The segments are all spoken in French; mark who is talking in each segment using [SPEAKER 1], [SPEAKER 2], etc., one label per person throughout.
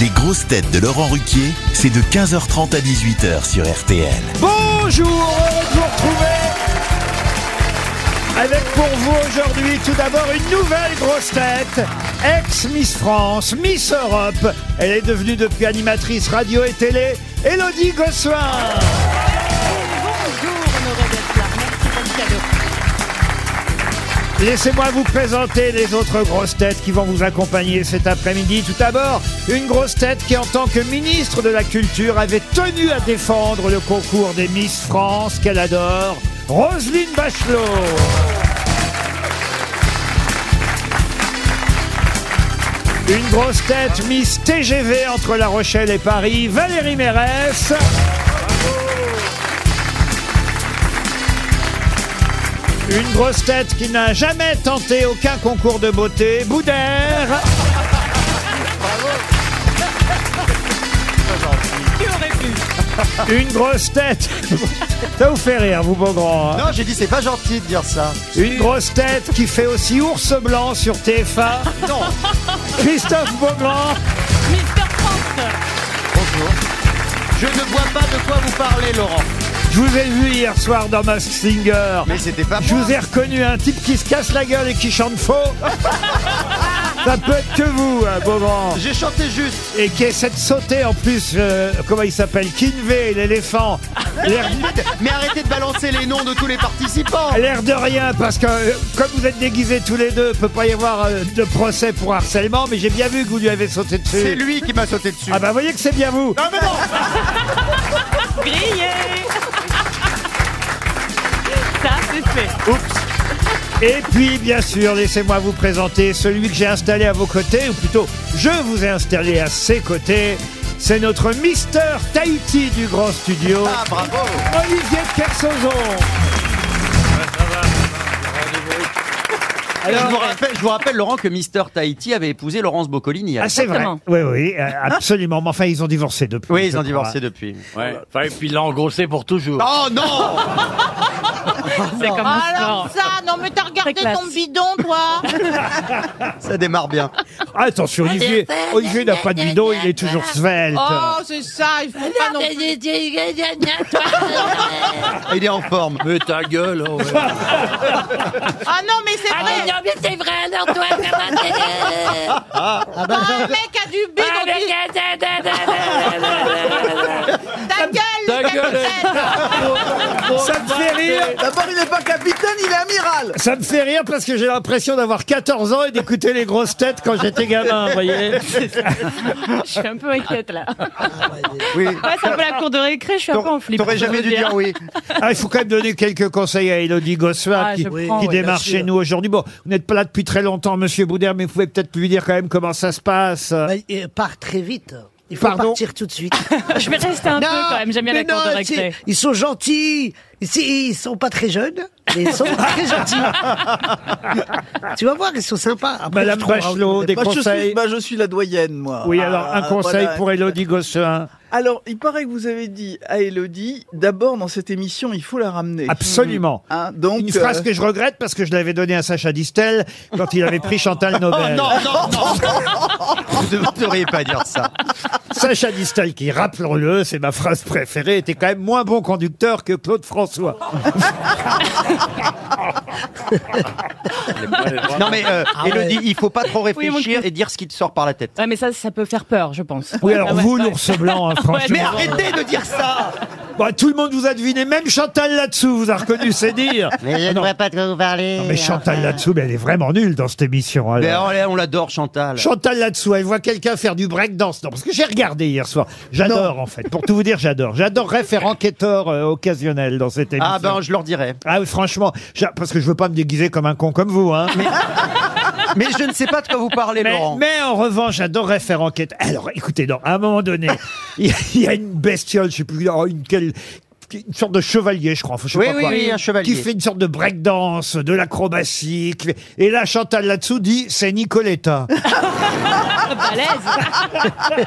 [SPEAKER 1] Les grosses têtes de Laurent Ruquier, c'est de 15h30 à 18h sur RTL.
[SPEAKER 2] Bonjour, heureux de vous retrouver avec pour vous aujourd'hui tout d'abord une nouvelle grosse tête, ex-Miss France, Miss Europe. Elle est devenue depuis animatrice radio et télé, Elodie Gossuin. Laissez-moi vous présenter les autres grosses têtes qui vont vous accompagner cet après-midi. Tout d'abord, une grosse tête qui, en tant que ministre de la Culture, avait tenu à défendre le concours des Miss France qu'elle adore, Roselyne Bachelot. Une grosse tête Miss TGV entre La Rochelle et Paris, Valérie Mérès. Une grosse tête qui n'a jamais tenté aucun concours de beauté, Boudère. Une grosse tête. Ça vous fait rire, vous, beau grand. hein
[SPEAKER 3] Non, j'ai dit c'est pas gentil de dire ça.
[SPEAKER 2] Une grosse tête qui fait aussi ours blanc sur TF1.
[SPEAKER 3] Non.
[SPEAKER 2] Christophe Beaugrand.
[SPEAKER 4] Mister France
[SPEAKER 3] Bonjour. Je ne vois pas de quoi vous parlez, Laurent.
[SPEAKER 2] Je vous ai vu hier soir dans Mask Singer.
[SPEAKER 3] Mais c'était pas
[SPEAKER 2] Je
[SPEAKER 3] moi.
[SPEAKER 2] vous ai reconnu un type qui se casse la gueule et qui chante faux. Ça peut être que vous, hein, Beaugrand.
[SPEAKER 3] J'ai chanté juste.
[SPEAKER 2] Et qui essaie de sauter en plus, euh, comment il s'appelle Kinvey, l'éléphant. L'air-
[SPEAKER 3] Mais arrêtez de balancer les noms de tous les participants.
[SPEAKER 2] L'air de rien, parce que euh, comme vous êtes déguisés tous les deux, il peut pas y avoir euh, de procès pour harcèlement, mais j'ai bien vu que vous lui avez sauté dessus.
[SPEAKER 3] C'est lui qui m'a sauté dessus.
[SPEAKER 2] Ah bah voyez que c'est bien vous.
[SPEAKER 3] Non, mais non.
[SPEAKER 4] Grillé Ça, c'est fait.
[SPEAKER 2] Et puis, bien sûr, laissez-moi vous présenter celui que j'ai installé à vos côtés, ou plutôt, je vous ai installé à ses côtés. C'est notre Mister Tahiti du Grand Studio,
[SPEAKER 3] Ah, bravo.
[SPEAKER 2] Olivier de Kersauzon.
[SPEAKER 3] je, vous rappelle, je vous rappelle, Laurent, que Mister Tahiti avait épousé Laurence Boccolini.
[SPEAKER 2] Ah, c'est vrai.
[SPEAKER 4] Exactement.
[SPEAKER 2] Oui, oui, euh, absolument. Mais enfin, ils ont divorcé depuis.
[SPEAKER 3] Oui,
[SPEAKER 2] je
[SPEAKER 3] ils ont
[SPEAKER 2] crois.
[SPEAKER 3] divorcé depuis.
[SPEAKER 5] Ouais. Enfin, et puis il l'a engrossé pour toujours.
[SPEAKER 3] Oh non
[SPEAKER 4] C'est comme
[SPEAKER 6] Ah, Alors
[SPEAKER 4] ça.
[SPEAKER 6] ça, non mais t'as regardé
[SPEAKER 4] Très classe.
[SPEAKER 6] ton bidon, toi
[SPEAKER 3] Ça démarre bien.
[SPEAKER 2] Ah, attention, Olivier, Olivier n'a pas de bidon, il est toujours svelte.
[SPEAKER 6] Oh, c'est ça, il faut pas non plus...
[SPEAKER 3] Ah, Il est en forme.
[SPEAKER 5] Mais ta gueule, oh, ouais.
[SPEAKER 6] Ah non, mais c'est vrai
[SPEAKER 7] non, mais c'est vrai, alors toi, comment t'es
[SPEAKER 6] Un mec a du
[SPEAKER 4] Ah,
[SPEAKER 6] bidon, tu-
[SPEAKER 7] Ah,
[SPEAKER 6] ta gueule,
[SPEAKER 5] Ta gueule,
[SPEAKER 2] Ça me fait rire
[SPEAKER 8] D'abord, il n'est pas capitaine, il est amiral.
[SPEAKER 2] Ça me fait rire parce que j'ai l'impression d'avoir 14 ans et d'écouter les grosses têtes quand j'étais gamin, vous voyez.
[SPEAKER 4] Je suis un peu inquiète là.
[SPEAKER 3] Oui.
[SPEAKER 4] Ouais, c'est un peu la cour de récré, je suis un peu en
[SPEAKER 3] T'aurais
[SPEAKER 4] flip.
[SPEAKER 3] t'aurais jamais
[SPEAKER 4] je veux
[SPEAKER 3] dû dire oui.
[SPEAKER 2] Ah, il faut quand même donner quelques conseils à Elodie Gossuin
[SPEAKER 4] Ah,
[SPEAKER 2] qui,
[SPEAKER 4] je prends,
[SPEAKER 2] qui
[SPEAKER 4] oui,
[SPEAKER 8] bien
[SPEAKER 2] démarre
[SPEAKER 8] sûr.
[SPEAKER 2] chez nous aujourd'hui. Bon, vous n'êtes pas là depuis très longtemps, monsieur Boudère, mais vous pouvez peut-être lui dire quand même comment ça se passe.
[SPEAKER 8] Ah, Il part très vite. Il faut
[SPEAKER 2] Pardon
[SPEAKER 8] partir tout de suite.
[SPEAKER 4] Je vais rester un peu quand même, j'aime bien la
[SPEAKER 8] mais
[SPEAKER 4] cour de
[SPEAKER 8] non,
[SPEAKER 4] récré.
[SPEAKER 8] c'est- Ils sont gentils. Si, Ils sont pas très jeunes, mais ils sont très gentils. tu vas voir, ils sont sympas. Ah Après,
[SPEAKER 2] Madame
[SPEAKER 8] tu trouveras
[SPEAKER 2] Bachelot,
[SPEAKER 8] où-
[SPEAKER 2] des
[SPEAKER 8] Moi, je suis-
[SPEAKER 2] conseils
[SPEAKER 8] bah,
[SPEAKER 9] Bah, je suis la doyenne, moi.
[SPEAKER 2] Oui, alors un
[SPEAKER 9] Ah,
[SPEAKER 2] conseil
[SPEAKER 9] voilà.
[SPEAKER 2] pour Elodie Gossuin.
[SPEAKER 9] Alors, il paraît que vous avez dit à Elodie, d'abord dans cette émission, il faut la ramener.
[SPEAKER 2] Absolument.
[SPEAKER 9] Hein, donc,
[SPEAKER 2] Une phrase
[SPEAKER 9] euh,
[SPEAKER 2] que je regrette parce que je l'avais donnée à Sacha Distel quand il avait pris Chantal
[SPEAKER 3] Oh,
[SPEAKER 2] Nobel.
[SPEAKER 3] Vous ne devriez pas dire ça.
[SPEAKER 2] Sacha Distel, qui, rappelons-le, c'est ma phrase préférée, était quand même moins bon conducteur que Claude François.
[SPEAKER 3] Non mais euh,
[SPEAKER 8] Ah ouais.
[SPEAKER 3] Elodie, il faut pas trop
[SPEAKER 4] Oui, mon
[SPEAKER 3] réfléchir
[SPEAKER 4] Dieu.
[SPEAKER 3] et dire ce qui te sort par la tête.
[SPEAKER 4] Ouais, mais ça, ça peut faire peur, je pense.
[SPEAKER 2] Oui, alors
[SPEAKER 4] Ah ouais,
[SPEAKER 2] vous,
[SPEAKER 4] ouais.
[SPEAKER 2] l'ours blanc, hein, franchement.
[SPEAKER 3] Mais arrêtez de dire ça
[SPEAKER 2] Bon, Bah, tout le monde vous a deviné, même Chantal là-dessous vous a reconnu, c'est dire.
[SPEAKER 3] Mais je
[SPEAKER 2] Ah, non.
[SPEAKER 3] pas de quoi vous parler.
[SPEAKER 2] Non, mais Chantal là-dessous, mais elle est vraiment nulle dans cette émission. alors.
[SPEAKER 3] on l'adore Chantal.
[SPEAKER 2] Chantal là-dessous, elle voit quelqu'un faire du breakdance. Non, parce que j'ai regardé hier soir. J'adore, en fait. Pour tout vous dire, j'adore. J'adorerais faire enquêteur euh, occasionnel dans cette émission.
[SPEAKER 3] ah ben je leur dirai.
[SPEAKER 2] Ah oui, franchement, j'a- parce que je veux pas me déguiser comme un con comme vous, hein. Mais,
[SPEAKER 3] Mais je ne sais pas de quoi vous parlez
[SPEAKER 2] mais,
[SPEAKER 3] Laurent.
[SPEAKER 2] en revanche, j'adorerais faire enquête. Alors, écoutez, non, à un moment donné, il y a- il y, a une bestiole, je sais plus, oh, une quelle, une sorte de chevalier, je crois. enfin, je sais
[SPEAKER 3] Oui,
[SPEAKER 2] pas
[SPEAKER 3] oui,
[SPEAKER 2] quoi,
[SPEAKER 3] oui, un chevalier.
[SPEAKER 2] Qui fait une sorte de breakdance, de l'acrobatie. qui fait- Et là, Chantal là-dessous dit, c'est Nicoletta.
[SPEAKER 3] Ah, bah,
[SPEAKER 4] À l'aise.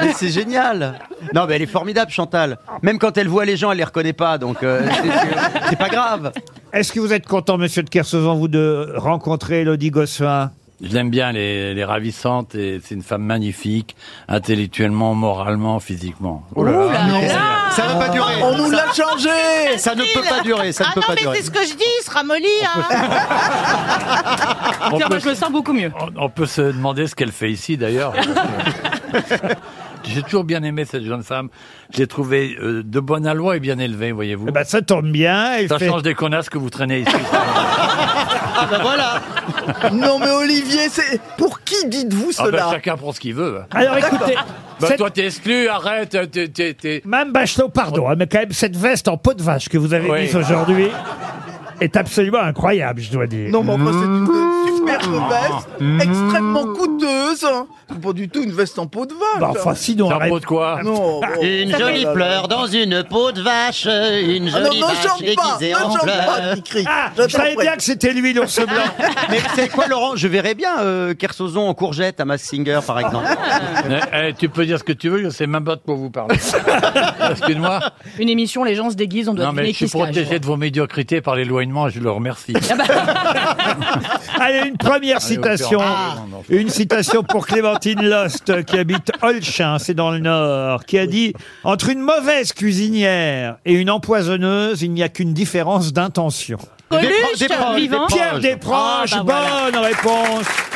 [SPEAKER 3] Mais c'est génial. Non mais elle est formidable Chantal. Même quand elle voit les gens, elle les reconnaît pas donc euh, c'est- c'est pas grave.
[SPEAKER 2] Est-ce que vous êtes content, monsieur de Kersauzon, vous, de rencontrer Elodie Gossuin
[SPEAKER 5] Je l'aime bien, les, les ravissantes, et c'est une femme magnifique, intellectuellement, moralement, physiquement.
[SPEAKER 3] Ça ne va pas durer.
[SPEAKER 9] On nous l'a changé
[SPEAKER 3] Ça ne peut pas durer, ça
[SPEAKER 6] Ah
[SPEAKER 3] ne peut
[SPEAKER 6] non,
[SPEAKER 3] pas
[SPEAKER 6] mais
[SPEAKER 3] durer.
[SPEAKER 6] c'est ce que je dis, il sera molli. Hein.
[SPEAKER 5] On
[SPEAKER 4] Tiens, moi,
[SPEAKER 5] peut,
[SPEAKER 4] je me sens beaucoup mieux.
[SPEAKER 5] on- on peut se demander ce qu'elle fait ici, d'ailleurs. J'ai toujours bien aimé cette jeune femme. J'ai trouvé euh, de bonne aloi et bien élevée, voyez-vous.
[SPEAKER 2] Eh ben, ça tombe bien. Elle
[SPEAKER 5] Ça
[SPEAKER 2] fait...
[SPEAKER 5] change des connasses que vous traînez ici.
[SPEAKER 3] Ah bah voilà
[SPEAKER 9] Non mais Olivier, c'est pour qui dites-vous
[SPEAKER 5] Ah ben,
[SPEAKER 9] cela
[SPEAKER 5] chacun prend ce qu'il veut.
[SPEAKER 2] Alors écoutez,
[SPEAKER 5] Bah,
[SPEAKER 2] cette...
[SPEAKER 5] Toi, t'es exclu, arrête. euh, t'es- t'es- t'es-
[SPEAKER 2] Mme Bachelot, pardon, hein, mais quand même, cette veste en peau de vache que vous avez
[SPEAKER 5] Oui.
[SPEAKER 2] mise aujourd'hui est absolument incroyable, je dois dire.
[SPEAKER 9] Non mais enfin c'est une superbe veste, extrêmement coûteuse. hein. C'est Pas du tout une veste en peau de vache. hein.
[SPEAKER 2] Bah, enfin, sinon,
[SPEAKER 5] T'es en
[SPEAKER 2] arrête.
[SPEAKER 5] peau de quoi
[SPEAKER 9] Non. bon.
[SPEAKER 3] Une jolie fleur dans une peau de vache, une
[SPEAKER 9] Ah non,
[SPEAKER 3] jolie
[SPEAKER 9] ne
[SPEAKER 3] vache
[SPEAKER 9] chante pas,
[SPEAKER 3] déguisée
[SPEAKER 9] ne
[SPEAKER 3] en
[SPEAKER 9] chante pas,
[SPEAKER 3] fleur.
[SPEAKER 9] il crie.
[SPEAKER 2] Ah,
[SPEAKER 9] Je
[SPEAKER 2] je savais
[SPEAKER 9] t'en
[SPEAKER 2] bien que c'était lui, l'ours blanc.
[SPEAKER 3] Mais c'est quoi Laurent Je verrais bien euh, Kersozon en courgette à Mass Singer par exemple.
[SPEAKER 5] Eh, eh, Tu peux dire ce que tu veux, je sais même pas de quoi vous parlez. Excuse-moi.
[SPEAKER 4] Une émission, les gens se déguisent, on doit
[SPEAKER 5] Non, mais
[SPEAKER 4] deviner
[SPEAKER 5] je suis
[SPEAKER 4] qui se cache.
[SPEAKER 5] protégé de vos médiocrités par l'éloignement et je le remercie.
[SPEAKER 2] Allez, une première
[SPEAKER 5] Allez, au
[SPEAKER 2] citation.
[SPEAKER 5] cœur. Ah, Non, non,
[SPEAKER 2] Une citation pour Clémentine Lost, qui habite Holchin, c'est dans le Nord, qui a dit « Entre une mauvaise cuisinière et une empoisonneuse, il n'y a qu'une différence d'intention.
[SPEAKER 5] Oh,
[SPEAKER 3] Des pro-
[SPEAKER 6] Coluche,
[SPEAKER 3] des pro- des »
[SPEAKER 4] vivant.
[SPEAKER 3] proches.
[SPEAKER 2] Pierre Desproges,
[SPEAKER 4] Ah, bah
[SPEAKER 2] bonne réponse